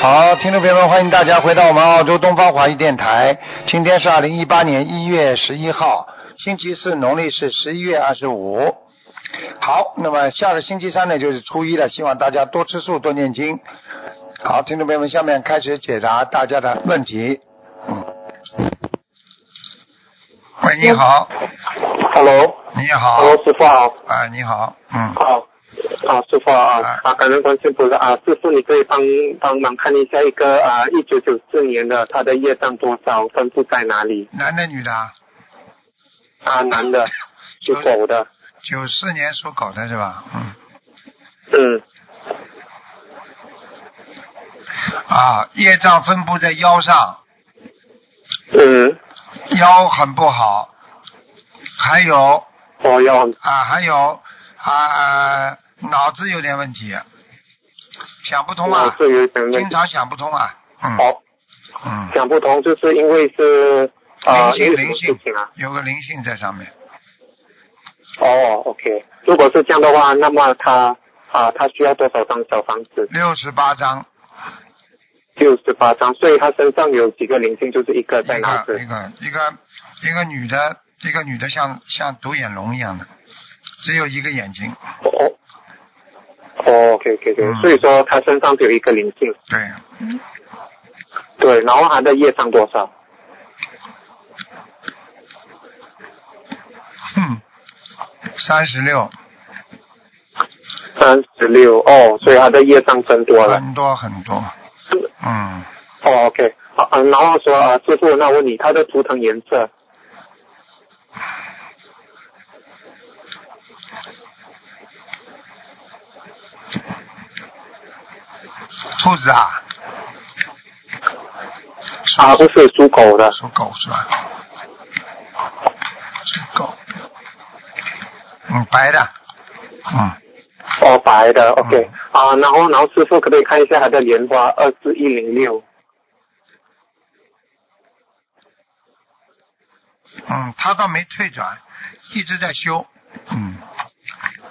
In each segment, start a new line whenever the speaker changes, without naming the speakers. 好，听众朋友们，欢迎大家回到我们澳洲东方华语电台。今天是二零一八年一月十一号，星期四，农历是十一月二十五。好，那么下个星期三呢，就是初一了，希望大家多吃素，多念经。好，听众朋友们，下面开始解答大家的问题。嗯，喂，你好，
Hello，
你好，
Hello，师傅好，
哎，你好，嗯，
好，好，师傅啊，啊，感恩观世音菩萨啊，师傅你可以帮帮忙看一下一个啊，一九九四年的他的业障多少，分布在哪里？
男的女的啊？
啊，男的，属狗的，
九四年属狗的是吧？嗯，
嗯，
啊，业障分布在腰上，
嗯，
腰很不好，还有
哦要
啊，还有啊，脑子有点问题，想不通
我
啊，
是有一点问
经
题，哦
常想不通啊，嗯
好，
嗯，
想不通，就是因为是啊，
灵性
因为什么
灵性
事情啊？
有个灵性在上面，
哦，OK，如果是这样的话，那么他啊，他需要多少张小房子？
六十八张，
六十八张，所以他身上有几个灵性，就是一个在
一
哪
个
子
一？个一个一个女的，一个女的像像独眼龙一样的，只有一个眼睛，
哦哦，OK OK OK，、
嗯
所以说他身上只有一个灵性，
对，
对，然后他的业障多少？
哼，三十六，
三十六哦，所以他的业障增多了。
很多很多，嗯。
哦，OK，好、啊，然后说啊，师傅，那我问你，他的图腾颜色
兔子啊，
啊，不是属狗的，
属狗是吧？属狗，嗯，白的，嗯，
哦，白的，OK，、
嗯
啊，然后然后师傅可不可以看一下他的莲花二四一零六？
嗯，他倒没退转，一直在修，嗯，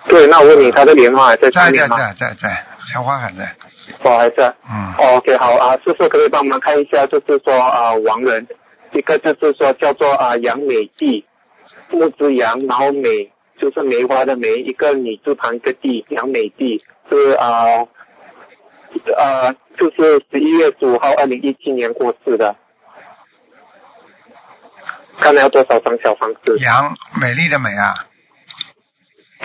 对，那我问你，他的莲花还在这
在
里
在
吗？
嗯在在在，莲花还在，
哦，还在。
嗯，
哦，OK，好啊，师傅可不可以帮忙看一下，就是说啊、王人，一个就是说叫做啊、杨美娣，木之杨，然后美就是梅花的梅，一个女字旁一个娣，杨美娣是啊呃就是十一月十五号，二零一七年过世的。看了要多少张小房子
杨美丽的美啊，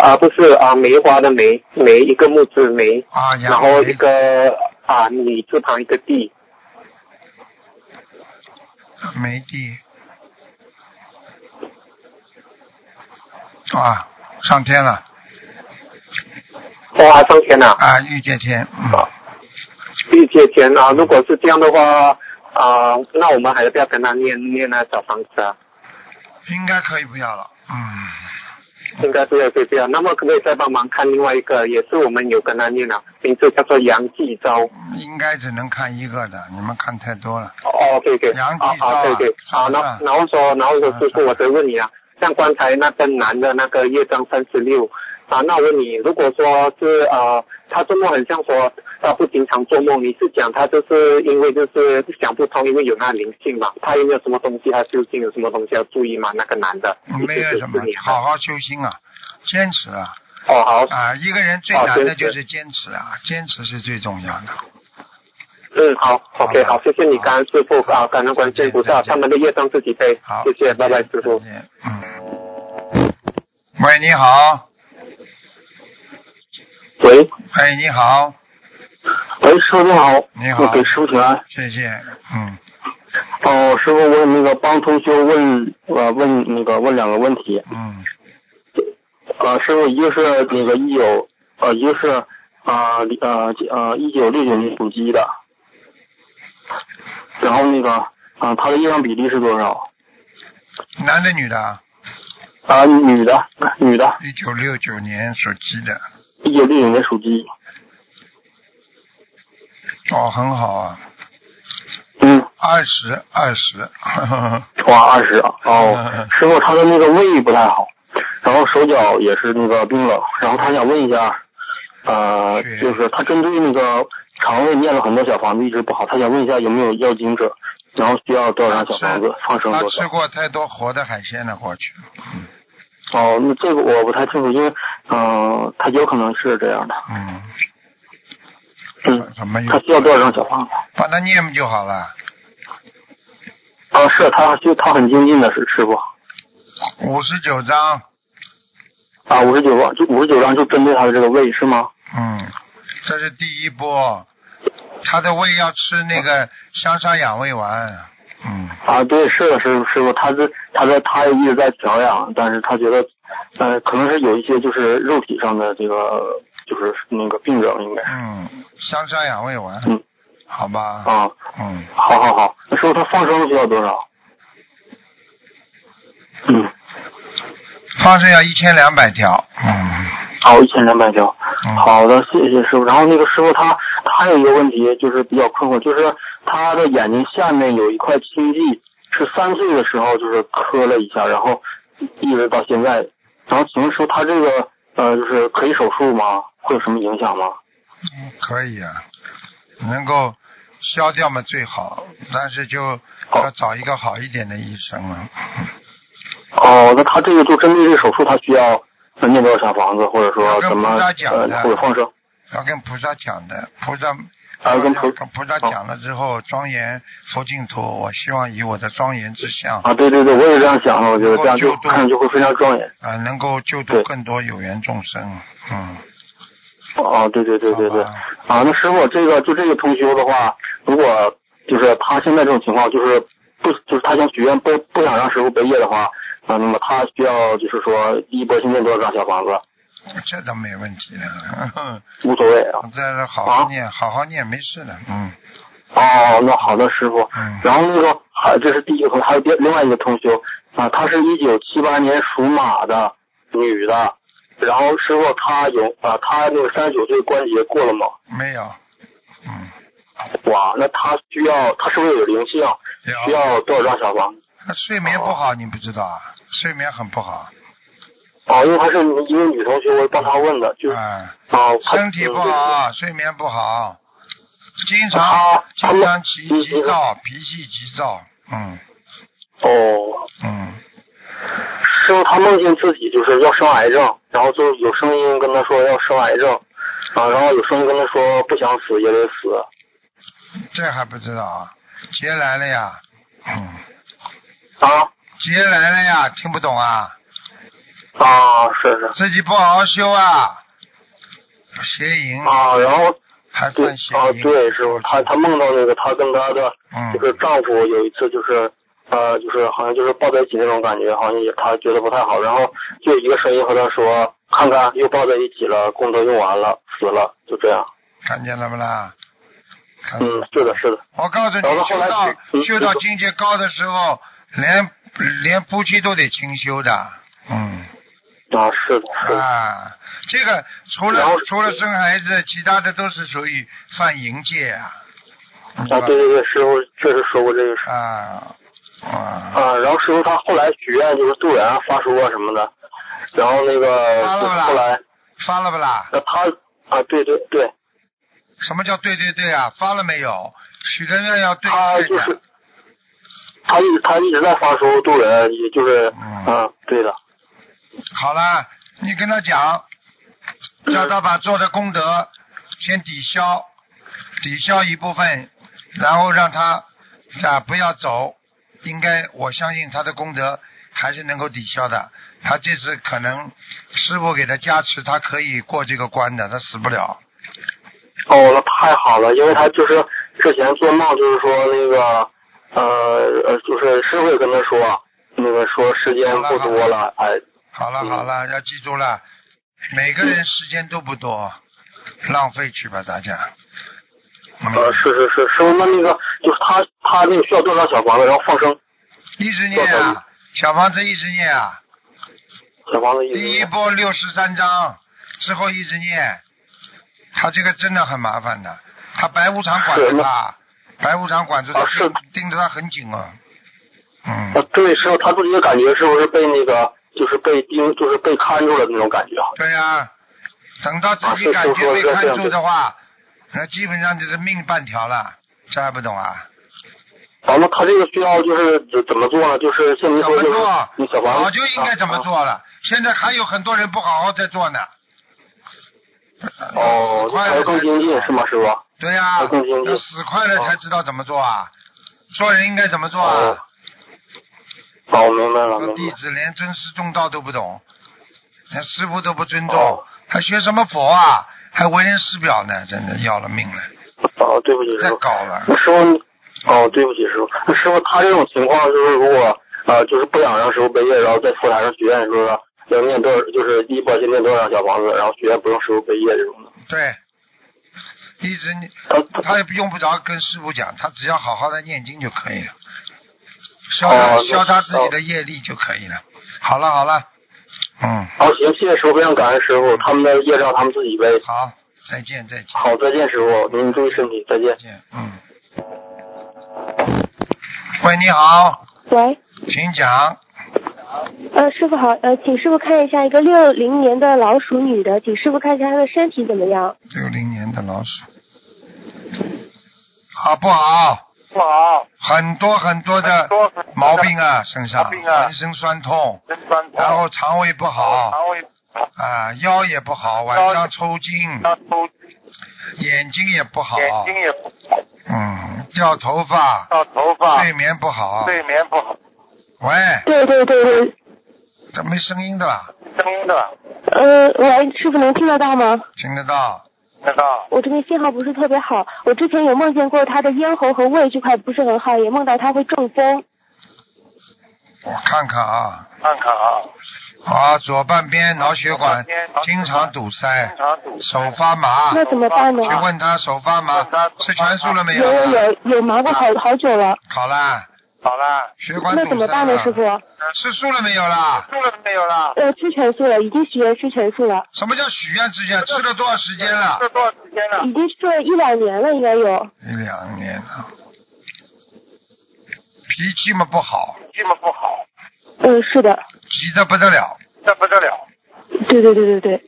啊？不是啊，梅花的梅，梅一个木字梅，
啊，
然
杨
后
美
一
丽，
个啊女字旁一个娣，
梅蒂，啊，上天了
哇，哦上天呐、
啊，玉界天，嗯，
哦玉界天啊，如果是这样的话啊、那我们还是不要跟他念念那小房子啊，
应该可以不要了，嗯。
应该不要不要。那么可不可以再帮忙看另外一个，也是我们有跟他念啊，名字叫做杨继昭。
应该只能看一个的，你们看太多了。
哦，对对，
杨继
啊
昭
啊，对对，
啊
啊，
是吧
然然后说，然后说师傅，我再问你啊，像刚才那个男的那个业障三十六啊，那我问你，如果说是啊，他做梦很像说他不经常做梦，你是讲他就是因为就是想不通，因为有那灵性嘛，他有没有什么东西，他究竟有什么东西要注意吗？那个男的，
没有什 么
1994年，的
好好修心啊，坚持啊
哦好，
啊！一个人最
好
难的
坚持
就是坚持啊，坚持是最重要的。
嗯好，OK
好
好，谢谢你，感恩师傅啊，感恩关
再见
心菩萨，
再见
他们的业障自己背
好，，
谢谢，
再
拜
见
拜，师傅。
再见嗯。喂，你好。
喂，
喂，哎你好，
喂，师傅您好，
你好
给师傅请安。
谢谢。嗯，
哦，师傅，我那个帮同学问，呃，问那个问两个问题。
嗯，
呃，师傅，一个是那个一九，呃，一个是啊呃呃一九六九年属鸡的，然后那个啊、呃他的业障比例是多少？
男的女的？
啊、女的，女的，
一九六九年属鸡的。
一九六九年属鸡。
哦，很好啊，
嗯，
二十二十。
哇，二十啊！哦，师傅，他的那个胃不太好，然后手脚也是那个冰冷，然后他想问一下，呃，
是
就是他针对那个肠胃念了很多小房子，一直不好。他想问一下有没有要经者，然后需要多少张小房子，放生
他
多
吃
少？
过太多活的海鲜了，过去。
哦，那这个我不太清楚，因为嗯、呃他有可能是这样的。
嗯，
嗯，
怎么有
他？需要多少张小房子？
把它念不就好了？
啊，是他就他很精进的是师傅
五十九章，
啊，五十九张就五十九张就针对他的这个胃是吗？
嗯，这是第一波。他的胃要吃那个香砂养胃丸，嗯，
啊，对，是的，师傅，师傅，他这他在他也一直在调养，但是他觉得，呃，可能是有一些就是肉体上的这个就是那个病症，应该是
嗯，香砂养胃丸，
嗯
好吧，
啊，
嗯，
好好好，那师傅他放生需要多少？嗯，
放生要一千两百条，嗯，
好，一千两百条。
嗯
好的，谢谢师傅。然后那个师傅他他还有一个问题就是比较困惑，就是他的眼睛下面有一块青迹，是三岁的时候就是磕了一下，然后一直到现在。然后请问师傅他这个呃就是可以手术吗？会有什么影响吗？
可以啊，能够消掉嘛最好，但是就要找一个好一点的医生啊了。
哦，那他这个就针对这个手术，他需要呃念多少小房子，或者说什
要跟
么
菩萨讲的
呃或者放生？
要跟菩萨讲的，菩萨呃
啊跟菩
跟菩萨讲了之后，庄严佛净土，我希望以我的庄严之相，
啊，对对对，我也这样想的，我觉得这样就
能够救度
看着就会非常庄严。
啊，能够救度
对
更多有缘众生。嗯，
哦，对对对对对。
好吧
啊，那师傅，这个就这个同修的话，如果就是他现在这种情况，就是不就是他想许愿不不想让师傅背业的话，啊，那么他需要就是说第一波新建多少张小房子，
这倒没问题 的。
无所谓啊。
这这好好
好
念，好好念，没事的。嗯
哦，那好的，师傅。
嗯，
然后那个还这是第一个同，还有第另外一个同修啊，她是一九七八年属马的女的，然后师傅她有啊，她那个三十九岁关节过了吗？
没有。嗯，
哇，那她需要她是不是有灵性啊？需
有。
要多少张小房子？
他睡眠不好，你不知道啊？睡眠很不好。
哦，因为她是一个女同学，我帮她问的，就是
啊，
哦，她
身体不好，啊睡眠不好，经常
啊他
经
们
常急
嗯
急躁，脾气急躁。嗯
哦，
嗯。
师傅她梦见自己就是要生癌症，然后就有声音跟她说要生癌症，啊，然后有声音跟她说不想死也得死，
这还不知道啊？劫来了呀！嗯，
啊
劫来了呀！听不懂啊？
啊，是是。
自己不好好修啊！邪淫
啊，然后
还
对
犯邪
啊，
淫，
对，师傅，她她梦到那个她跟她的
嗯
就是丈夫有一次就是呃，就是好像就是抱在一起那种感觉，好像也她觉得不太好，然后就一个声音和她说，看看又抱在一起了，功德用完了，死了，就这样。
看见了不啦？看
嗯，是的，是的，
我告诉你，
然后
修
后来嗯
到
是
修到境界高的时候，连连夫妻都得清修的。嗯
啊，是的，是的，
啊，这个除
然
了
后
除了生孩子，其他的都是属于犯淫戒啊。明白
啊，
吧
对对对，师傅确实说过这个事
啊啊，
啊，然后师傅他后来许愿就是渡人啊、发书啊什么的，然后那个
发了
就是
吧
后来
发了不啦？
那他啊，对对对，
什么叫对对对啊？发了没有？许的愿要对
他
对
啊
啊
就
的。
是他一他一直在发书渡人，也就是
嗯
嗯，对的，
好了，你跟他讲，叫他把做的功德先抵消，抵消一部分，然后让他啊、不要走。应该我相信他的功德还是能够抵消的。他这次可能师傅给他加持，他可以过这个关的，他死不了。
哦，那太好了，因为他就是之前做梦就是说那个呃呃，就是师傅也跟他说那个说时间不多了，哎，
好了
嗯
好了，要记住了，每个人时间都不多，浪费去吧大家。
呃，是是是，师傅那那个就是他他那个需要多少小房子，然后放生
一直念啊，小房子一直念啊。
小房子一
第一
直
波六十三章之后一直念，他这个真的很麻烦的，他白无常管
是
着他
那，
白无常管着他
啊，是
盯着他很紧啊。嗯，
啊，对，师傅他自己的感觉是不是被那个就是被盯就是被看住了那种感觉啊？
对呀、等到自
啊
己
是
感
是
觉
我
被
知道这
看
样
住
子
的话，那基本上就是命半条了，这还不懂啊？
好，那他这个需要就是怎怎么做呢？就是像您
怎
说
么
就是
做？
那小房子，
早就应该怎么
啊？
做了。现在还有很多人不好好在做呢。
啊哦，
快
还
了
要更
才
精进是吗，师傅？
对呀、
还更精进
要死快了才知道怎么做啊！做人应该怎么做
哦
啊？，
好，我明白了，
做
明
弟
白了。
子连尊师重道都不懂，连师傅都不尊重，
哦
还学什么佛啊？还为人师表呢，真的要了命了，
哦，对不起，师
太
傅。
高了。
那师傅，哦，对不起，师傅。那师傅，他这种情况就是如果呃，就是不想让师傅背业，然后在佛台上许愿说要念多少，就是一波先念多少小房子，然后许愿不用师傅背业这种的。
对，弟子你
他
他
他
也不用不着跟师傅讲，他只要好好的念经就可以了，消他、
哦
消他自己的业力就可以了。好了好了，嗯，
好，哦行，谢谢师傅，非常感恩师傅，他们的业让他们自己背。
好，再见再见
好，再见，师傅，您注意身体，再见
再。见，嗯。喂，你好，
喂，
请讲。
呃，师傅好，呃，请师傅看一下一个六零年的老鼠女的，请师傅看一下她的身体怎么样。
六零年的老鼠，好不好？
不好，
很多很多的
多
毛病啊，身上
毛病啊哦
浑身酸痛，
真酸
然后肠胃不好，
胃
啊，腰也不好，晚上抽筋，
抽，
眼睛也不好，
也不好，
嗯，掉头发，
到头
睡眠不好。
眠不好，
喂，
对对对对，
这没声音的啦，
声音的，
呃，喂，师傅能听得到吗？
听得到？
那个
我这边信号不是特别好，我之前有梦见过她的咽喉和胃这块不是很好，也梦到她会中风。
我看看啊，
看看啊，
啊，左半边脑血管
左半边脑血管
经常堵塞，
常堵
手发麻。
那怎么办呢？
去啊问他手发麻
问他手发麻
吃全素了没
有有
有？
有有麻过好好久了，
好啦，
好啦，
血管堵塞
那
了。
怎么办呢，师傅？？
吃素了没有啦？
住了没有啦？
呃，吃全素了，已经许愿吃全素了，
什么叫许愿之愿？吃了多少时间了？
这多少时间
啊
了？
已经吃了一两年了，应该有。
一两年了，脾气嘛不好，
这么不好，
嗯，是的，
急得不得了。
这不得了。
对对对对对。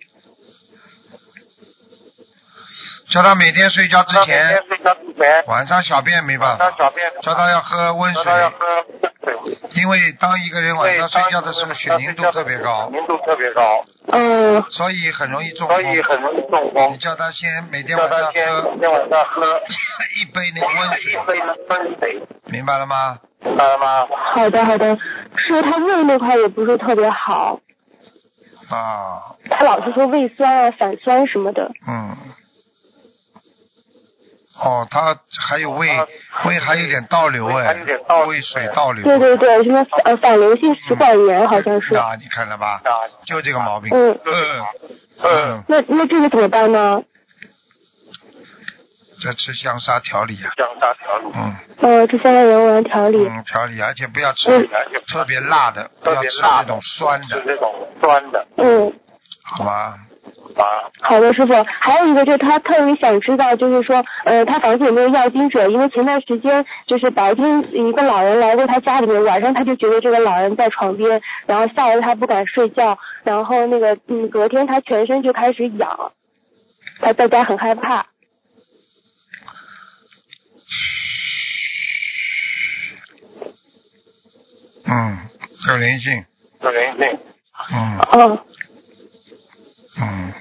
叫他每天睡觉之
他每
前
天，睡觉之前，
晚上小便没办
他
法，
小便，
叫他要喝温
他要
水，
喝水。
因为当一个人晚上睡觉的时候，血凝度特别高，
凝度特别高，
嗯，
所以很容易中
所以
风。
很容易中
你
风。
叫他先每天
叫
晚
他
上
先
喝
今天晚上喝
一杯那个温
一
水，
杯的温水，
明白了吗？
明白了吗？
好的好的，是他胃那块也不是特别好，
啊，
他老是说胃酸啊、反酸什么的。
嗯，哦，他还有胃
哦，
胃还有点倒流
胃
哎
还有点倒，流
胃水倒流。
对对对，什么反呃反流性食管炎好像是。
啊，你看了吧？
啊，
就这个毛病。
嗯，
嗯
嗯，，
那那这个怎么办呢？
这吃香砂调理呀，
江沙条路，
嗯
呃，这三个人我要调理。
嗯，调理，而且不要吃
嗯
而且
特别辣的，不
特
要
别
吃
辣
那
的
种酸
是
的，
那种酸的
嗯，
好吧？
啊。
好的，师傅。还有一个就是他特别想知道，就是说，呃，他房子有没有要经者？因为前段时间就是白天一个老人来过他家里面，晚上他就觉得这个老人在床边，然后吓得他不敢睡觉，然后那个嗯，隔天他全身就开始痒，他在家很害怕。
嗯，有灵性，
有灵性，
嗯
嗯，
嗯。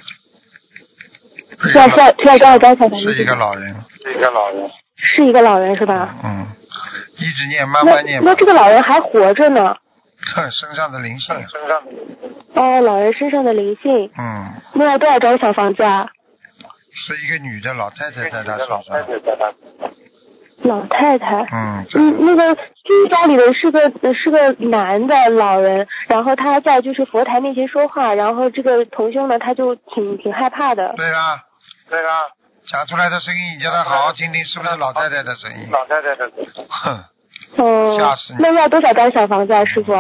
需要需要需要多少张小房子？
是一个老人，
是一个老人，
是一个老人是吧？
嗯，一直念，慢慢念吧
那那。这个老人还活着呢？
看身上的灵性，
身上
哦，老人身上的灵性，
嗯，
那要多少张小房子啊？
是一个女的老太太在她
的老
手
太
上，
嗯
太在他
老太太。
嗯，这
嗯，那个居家里的是个呃是个男的老人，然后他在就是佛台面前说话，然后这个同修呢，他就挺挺害怕的。
对啦，
对啦，
讲出来的声音，你叫她好好听听，是不是老太太的声音？
老太太的
哼，
嗯
吓死你，
那要多少张小房子啊，师傅？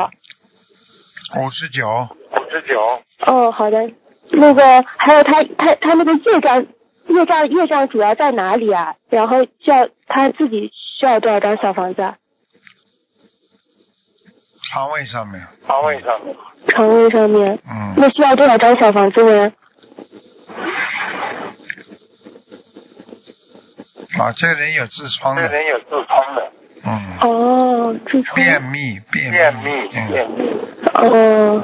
五十九，
五十九，
哦，好的。那个还有他他他那个业障业障业障主要在哪里啊？然后需要他自己需要多少张小房子、啊？
肠胃上面，
肠胃上面，
肠胃上面，
嗯，
那需要多少张小房子呢？
啊，这个人有痔疮
这个
的，
人有痔疮的，
嗯，
哦，痔疮。
便秘，便
便
秘，
秘，
嗯，
便秘。
哦，
嗯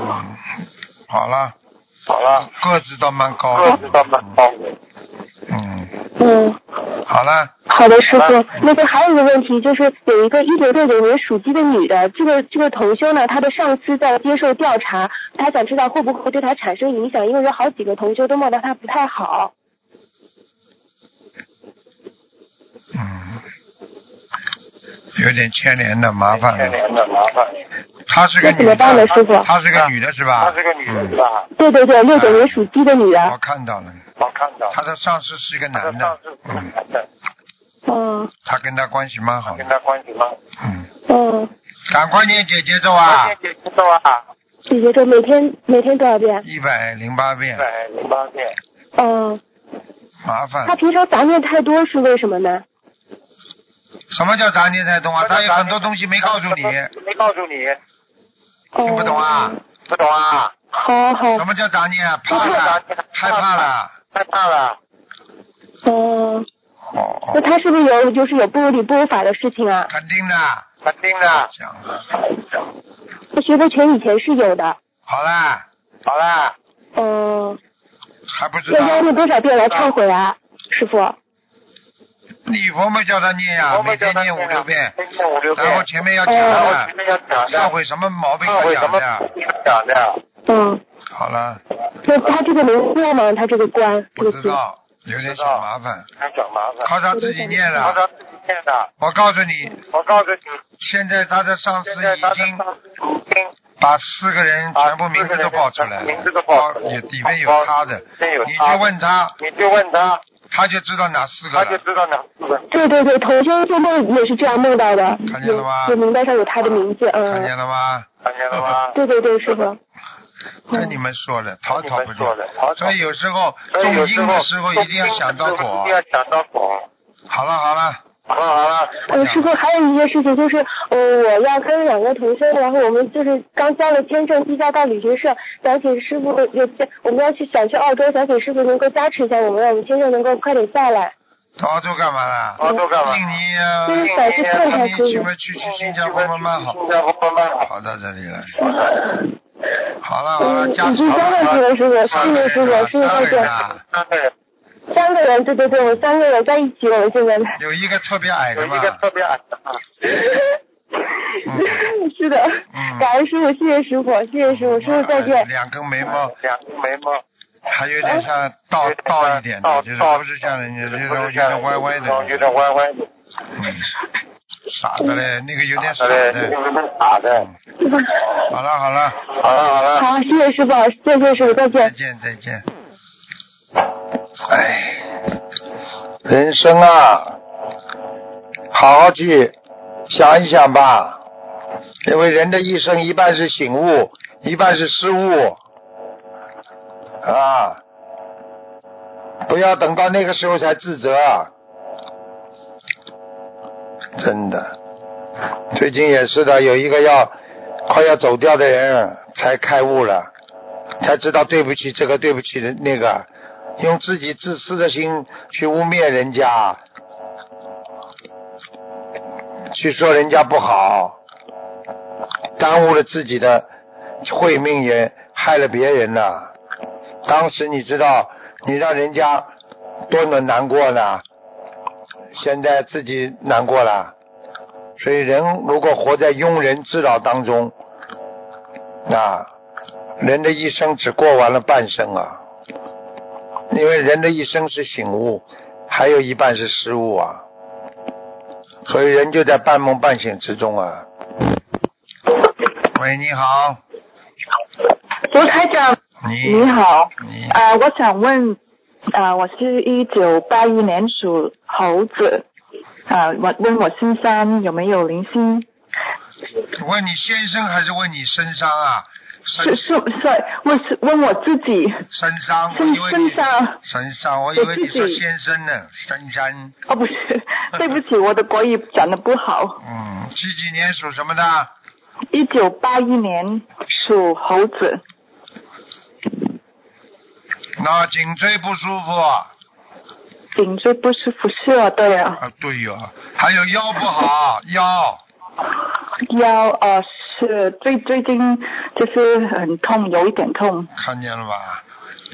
好了，
好了，
个子倒蛮高
个
的，
子倒蛮高的。
嗯，
嗯，
好了，
好的，师傅。那个还有一个问题，就是有一个一九六九年属鸡的女的，这个这个同修呢，她的上司在接受调查，她想知道会不会对她产生影响，因为有好几个同修都梦到她不太好。
嗯，有点牵连的，麻烦
牵
了。
连的麻烦。
她是个
那怎
女
么办呢，师
的，嗯
傅？
她是个女的是吧？
她啊是个女的是
嗯
吧？
对对对，六九年属鸡的女
我
的。
看到了，
我看到。
她的上司是一个
她
男
上
的
次，是
嗯，
男的，
嗯
她跟他关系蛮好
跟
的，
她关系吗？
嗯，
嗯，
赶快念姐姐咒
关
啊
键，接受啊，
姐姐咒每天每天多少遍？
一百零八
一
遍，
百零八遍。
嗯，
麻烦
她。平常杂念太多是为什么呢？
什么叫杂念太多啊？他有很多东西没告诉你，
没告诉你，
哦，
听不懂啊？
不懂啊？
好好
什，么叫杂念啊？怕了，害怕了。
害怕了，
嗯，
哦
那
哦，
她是不是有就是有不如理不如法的事情啊？
肯定的，
肯定的。
讲了。
她学过拳以前是有的。
好啦，
好啦，
嗯，
还不知
要
道
要。念多少遍来忏悔啊，师傅？
礼佛没叫他念哎呀，
我
每
们
天
叫她
念五六遍，
每天念五六遍，哦
然后前面要讲
然后前
的，
面要讲的，
忏悔什么毛病
忏
要
悔什
讲
么
的。
讲的，
嗯，
好了，
那他这个能过吗？他这个关，
不
这个
知
字
道，有点小麻烦，
还讲麻烦。
靠他自己念
我
了。
说自己念的，
我告诉你，
我告诉你，
现在他的上司
现在他
已
的
经
上司已经啊
把四个人全部名字都报出来了，
名字都报出来了
也里面有他的，
真有
你
他
去，问他，
你去问他，
他就知道哪四个
他就
了。
知道哪四个。
对对对，同修做梦也是这样梦到的，
看见
有
了吗啊
有名单上有他的名字，
看
嗯，
见了吗？
看见了吗？
对对对，师傅，
嗯
跟你们说了，逃
你
逃不
们说
掉。
的，好
所以有时候
所以有
中
时
阴
候
的时候一定要想到
中
果
阴。的时候一定要想到果。
好了好了，
好了好了，
呃，师傅还有一件事情就是，呃，我要跟两个同修，然后我们就是刚交了签证，递交到旅行社，想请师傅有我们要去想去澳洲，想请师傅能够加持一下我们，让我们签证能够快点下来，
到澳洲干嘛啦？
澳洲干嘛？
印尼
就
啊
是，想去看看
印
可
尼
以
去
吗。
不去去新加坡慢慢好，
新加坡慢慢好。
跑到这里来。 好了好
嗯，
了，啊加
已
持
经
好
交
了。
上去了，师傅，
三
谢
个
谢师
人
傅，
了，
师傅再
三个人
见。
了，
对，
三个人，对对对，我们三个人在一起，我们现在。
有一个特别矮
有
的
一
嘛。
个特别矮的啊，
嗯
是的，感恩师傅，谢谢师傅，谢谢师傅，师傅再
哎
见。
嗯两根眉毛
两个眉毛，
还有点像倒
有点像
倒一点的，
嗯倒
就是
倒
不是像人家，就是
不
有
是像
点歪歪
有
的，
点歪歪的，
嗯，傻的嘞，那个有点傻
好嘞，
的。
有点傻的。
嗯好了好了，
好了好
嗯
了，
好，谢谢师傅，谢谢师傅，再
再
见。
见再见。哎，人生啊，好好去想一想吧，因为人的一生一半是醒悟，一半是失误，啊，不要等到那个时候才自责，真的。最近也是的，有一个要快要走掉的人才开悟了，才知道对不起这个，对不起的那个，用自己自私的心去污蔑人家，去说人家不好，耽误了自己的慧命也害了别人呐、当时你知道，你让人家多么难过呢？现在自己难过了，所以人如果活在庸人自扰当中，那人的一生只过完了半生啊，因为人的一生是醒悟，还有一半是失误啊，所以人就在半梦半醒之中啊。喂，你好，
卢台
嗯
长，
你
你好，
你
呃，我想问，呃，我是一九八一年属猴子，呃，我问我身上有没有灵性？
问你先生还是问你身伤啊？
是
身
是是，我是问我自己
身伤，我
身
以为你
身上，
身伤，我以为你
我
说
自己
先生呢，身山，
哦不是，对不起，我的国语讲的不好。
嗯，几几年属什么的？
一九八一年属猴子，
那颈椎不舒服，
颈椎不舒服，需要多少？
啊，对呀、还有腰不好，啊腰，
腰呃是最最近
呃
就是很痛，有一点痛。
看见了吧？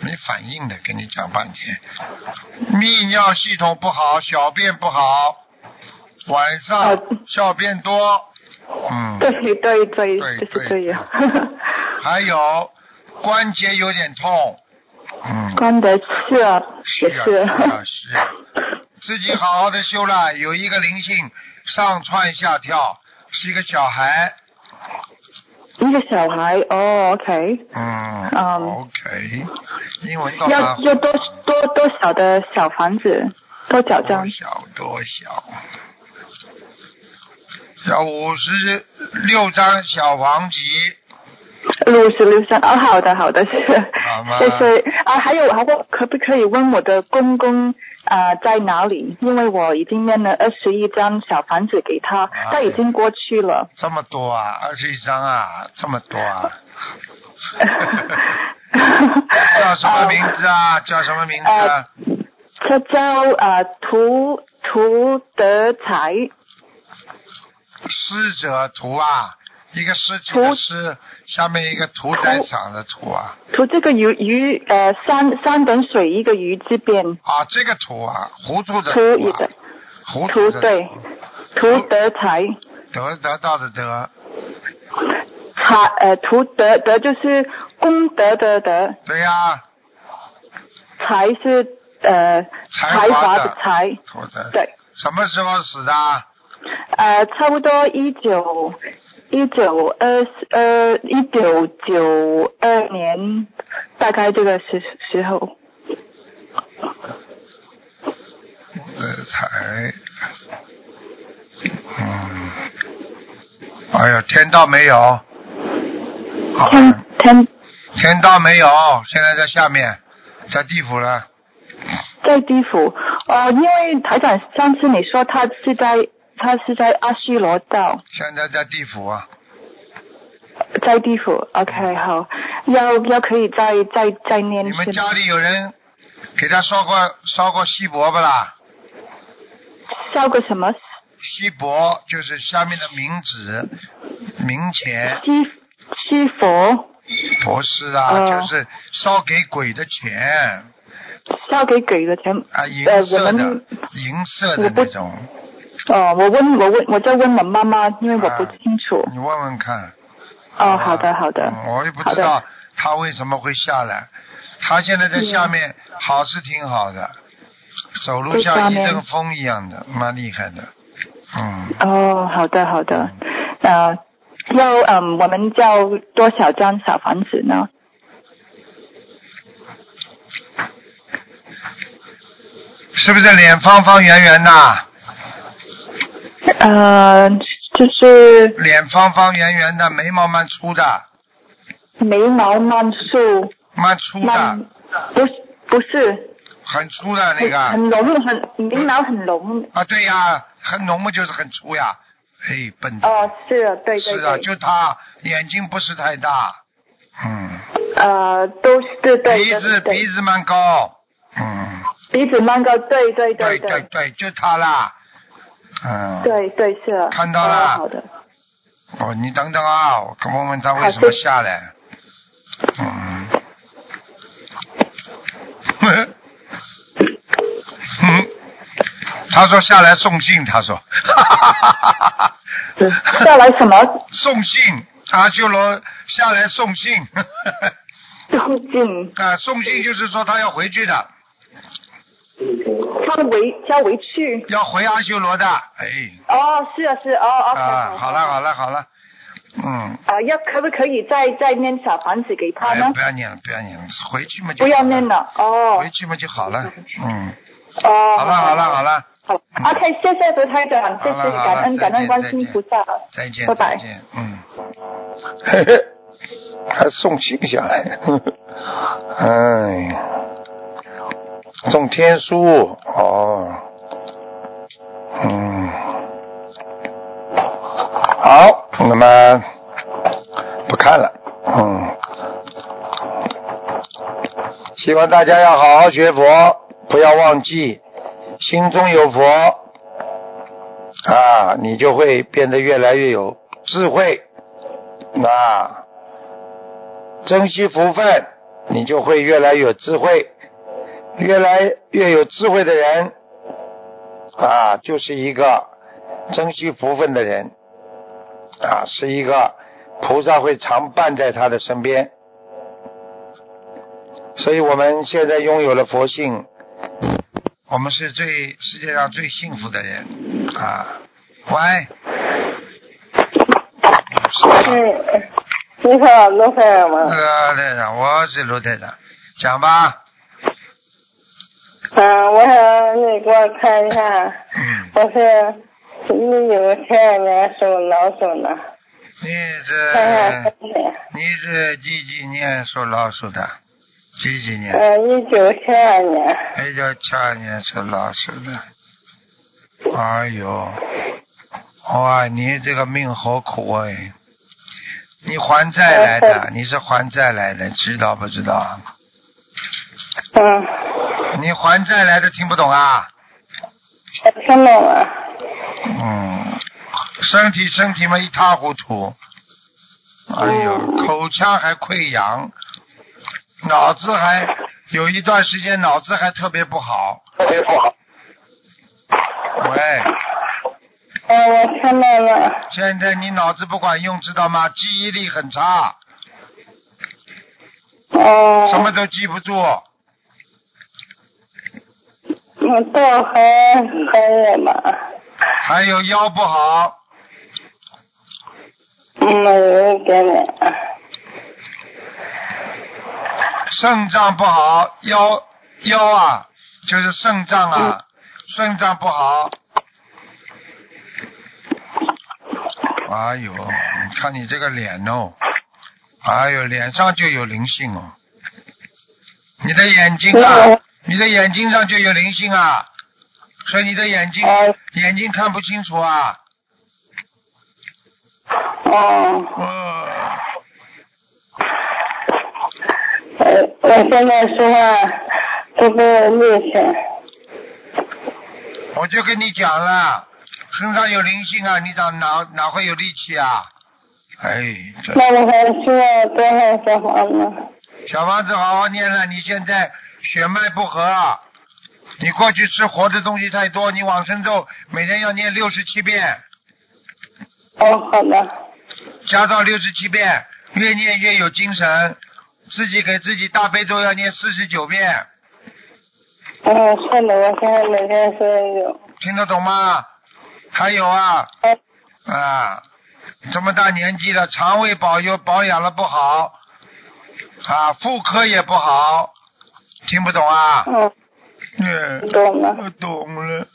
没反应的，跟你讲半天。泌尿系统不好，小便不好，晚上
啊
小便多，嗯，
对对对，
对
就是这
对
样。
还有关节有点痛，嗯，
关的是啊，
是
也
啊，
是。
啊是啊，自己好好的修了，有一个灵性上窜下跳，是一个小孩，
一个小孩哦，OK，
嗯
嗯
o k 英文倒蛮
要
好
要多多多少的小房子，多少张
多？小多小，要五十六张小黄集，
六十六三哦，好的好的，是
好吗，
谢谢啊。还有，还有可不可以问我的公公啊、在哪里？因为我已经念了二十一张小房子给他，
啊
他已经过去了。
这么多啊，二十一张啊，这么多啊， 叫什么名 字啊？叫什么名字啊？
他叫啊涂涂德才，
师者图啊，一个师体的
图
师，下面一个屠宰场的屠啊，
涂这个鱼鱼呃三三点水一个鱼字边，
啊，这个图啊，糊涂的
涂
涂
一
啊
个，
糊涂的
涂对，涂德才。
得得到的得，
才呃，图德德就是功德的德，
对呀、
才是呃
才
才
华
华
的
的才，
屠宰。
对，
什么时候死的？
呃，差不多一九一九二呃一九九二年，大概这个时时候，
呃，才，嗯，哎呀，天道没有，好
天天
天道没有，现在在下面，在地府了，
在地府，呃，因为台长上次你说他是在他是在阿修罗道，
现在在地府啊，
在地府，OK 好，要要可以再再再念
嗯你们
是
家
吗？
里有人给他烧过烧过锡箔不啦？
烧个什么？
锡箔就是下面的冥纸、冥钱，
西西佛
不是啊，
哦
就是烧给鬼的钱
烧给鬼的钱。
啊，银
呃
色
我
的、
们
银色的
我不
那种。
哦，我问我问我在问我妈妈，因为我不清楚。
你问问看。吧
哦，好的好的
嗯，我也不
好
知
的
道他为什么会下来，他现在在下面好是挺好的，走路
嗯在
像
下
一
面
阵风一样的，蛮厉害的。嗯，
哦，好的好的，呃，要嗯，我们叫多少张小房子呢？
是不是脸方方圆圆的？
呃，就是
脸方方圆圆的，眉毛蛮粗的，
眉毛慢竖，
蛮粗
慢
的，
不是不是，
很粗的那
很
个。
很浓很眉毛很浓。
啊，对呀，很浓嘛，就是很粗呀。哎，笨蛋。
哦，是啊对对
是啊，
对，
就他眼睛不是太大，嗯，
呃，都是对对
鼻子
对
鼻
对，
子蛮高，嗯。
鼻子慢高，对对
对对
对，
对，就他啦。嗯。。
对对是啊。
看到
哦
了
好的。
哦，你等等啊，我问问他为什么下来。嗯。 嗯。他说下来送信，他说。
下来什么？
送信，阿修罗下来送信。
送进，
啊，送信就是说他要回去的，
他回他回去。
要回阿修罗的。哎。
哦，是啊是啊哦，OK，、
啊，
好
好了好了好了，嗯。
啊，要可不可以再再念小房子给他
哎
呢
呀，？不要念了，不要念了，回去嘛就
不要
好
念了，哦
回去嘛就好了。嗯，
哦，
好了好了好
了，
了，
好了，OK，谢谢卢台长，谢
好了
谢
好了
感恩
再见
感恩观世音菩萨，
再见
拜拜
再见，嗯。 嘿嘿，还送信下来， 哎呀，送天书哦，嗯，好，那么不看了，嗯。希望大家要好好学佛，不要忘记心中有佛啊，你就会变得越来越有智慧啊，珍惜福分，你就会越来越有智慧，越来越有智慧的人啊，就是一个珍惜福分的人啊，是一个菩萨会常伴在他的身边。所以我们现在拥有了佛性，我们是最世界上最幸福的人啊！喂，
是，你好，罗先生
那
吗？
个呃台长，我是卢台长，讲吧。
啊，我想你给我看一下，
嗯，
我是呃一九七二年属老鼠的，
你
看看
是
身体。
你是几几年属老鼠的？几几年？
嗯，一九七二年，
一九七二年属老鼠的。哎呦，哇，你这个命好苦哎！你还债来的，你是还债来的，知道不知道啊？
嗯，
你还债来的听不懂啊？
我听懂了。
嗯，身体身体嘛一塌糊涂，哎呦，口腔还溃疡，脑子还有一段时间脑子还特别不好。
特别不好。
喂，
哦
嗯，我听懂了。
现在你脑子不管用，知道吗？记忆力很差，
哦
什
嗯，
么都记不住。
我倒还可以吧。
还有腰不好，
嗯，有一点点。
肾脏不好，腰腰啊，就是肾脏啊，肾脏不好。哎呦，你看你这个脸哦，哎呦，脸上就有灵性哦。你的眼睛啊
嗯，
你的眼睛上就有灵性啊，所以你的眼睛
嗯
眼睛看不清楚啊。
哦，
呃，
我我现在说话都没有力气。
我就跟你讲了，身上有灵性啊，你咋哪哪会有力气啊？哎，这
那我还需要多少小房子？
小房子好好念了，你现在血脉不和，你过去吃活的东西太多，你往生咒每天要念六十七遍，
哦，好的。
加到六十七遍，越念越有精神。自己给自己大悲咒要念四十九遍，
嗯，是的，我现在每天说有。
听得懂吗？还有啊
嗯
啊，这么大年纪了，肠胃保佑保养了不好，啊，妇科也不好，听不懂啊？
嗯，
嗯。
懂了。
我懂了，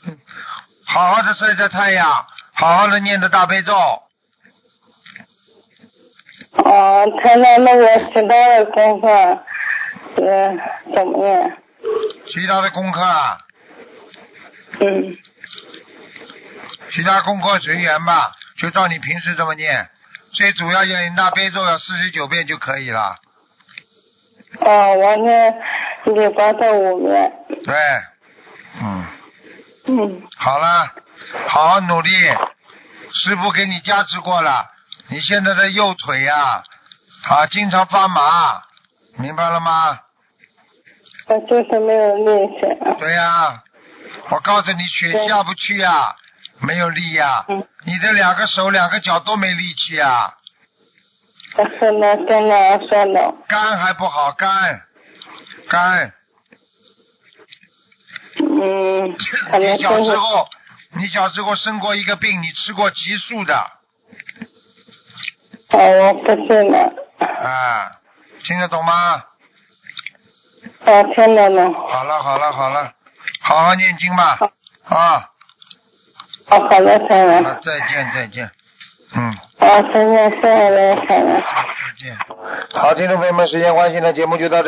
好好的晒晒太阳，好好的念着大悲咒。
哦，他那那个其他的功课，嗯，怎么样？
其他的功课啊，
嗯，
其他功课随缘吧，就照你平时这么念。最主要要你大悲咒要四十九遍就可以了。
哦，我是礼佛的五遍。
对，哎嗯，
嗯，
好了，好好努力。师傅给你加持过了，你现在的右腿呀、啊，经常发麻，明白了吗？
我呃就是没有啊力气。
对呀、我告诉你，血下不去呀、没有力呀、
嗯
你的两个手、两个脚都没力气啊呀、
我是那跟那说的。
肝还不好，肝，肝，
嗯，可能
你
就
小时
是
候，你小时候生过一个病，你吃过激素的
哦，我不是呢。
啊，听得懂吗？
哦，听到了。哦，
好了，好了，好了，好好念经吧，啊，
好的，先
好
生。
了，再见，再见，嗯，
哦，再见，谢谢您，先生。
再见。好，听众朋友们，时间关系呢，节目就到这。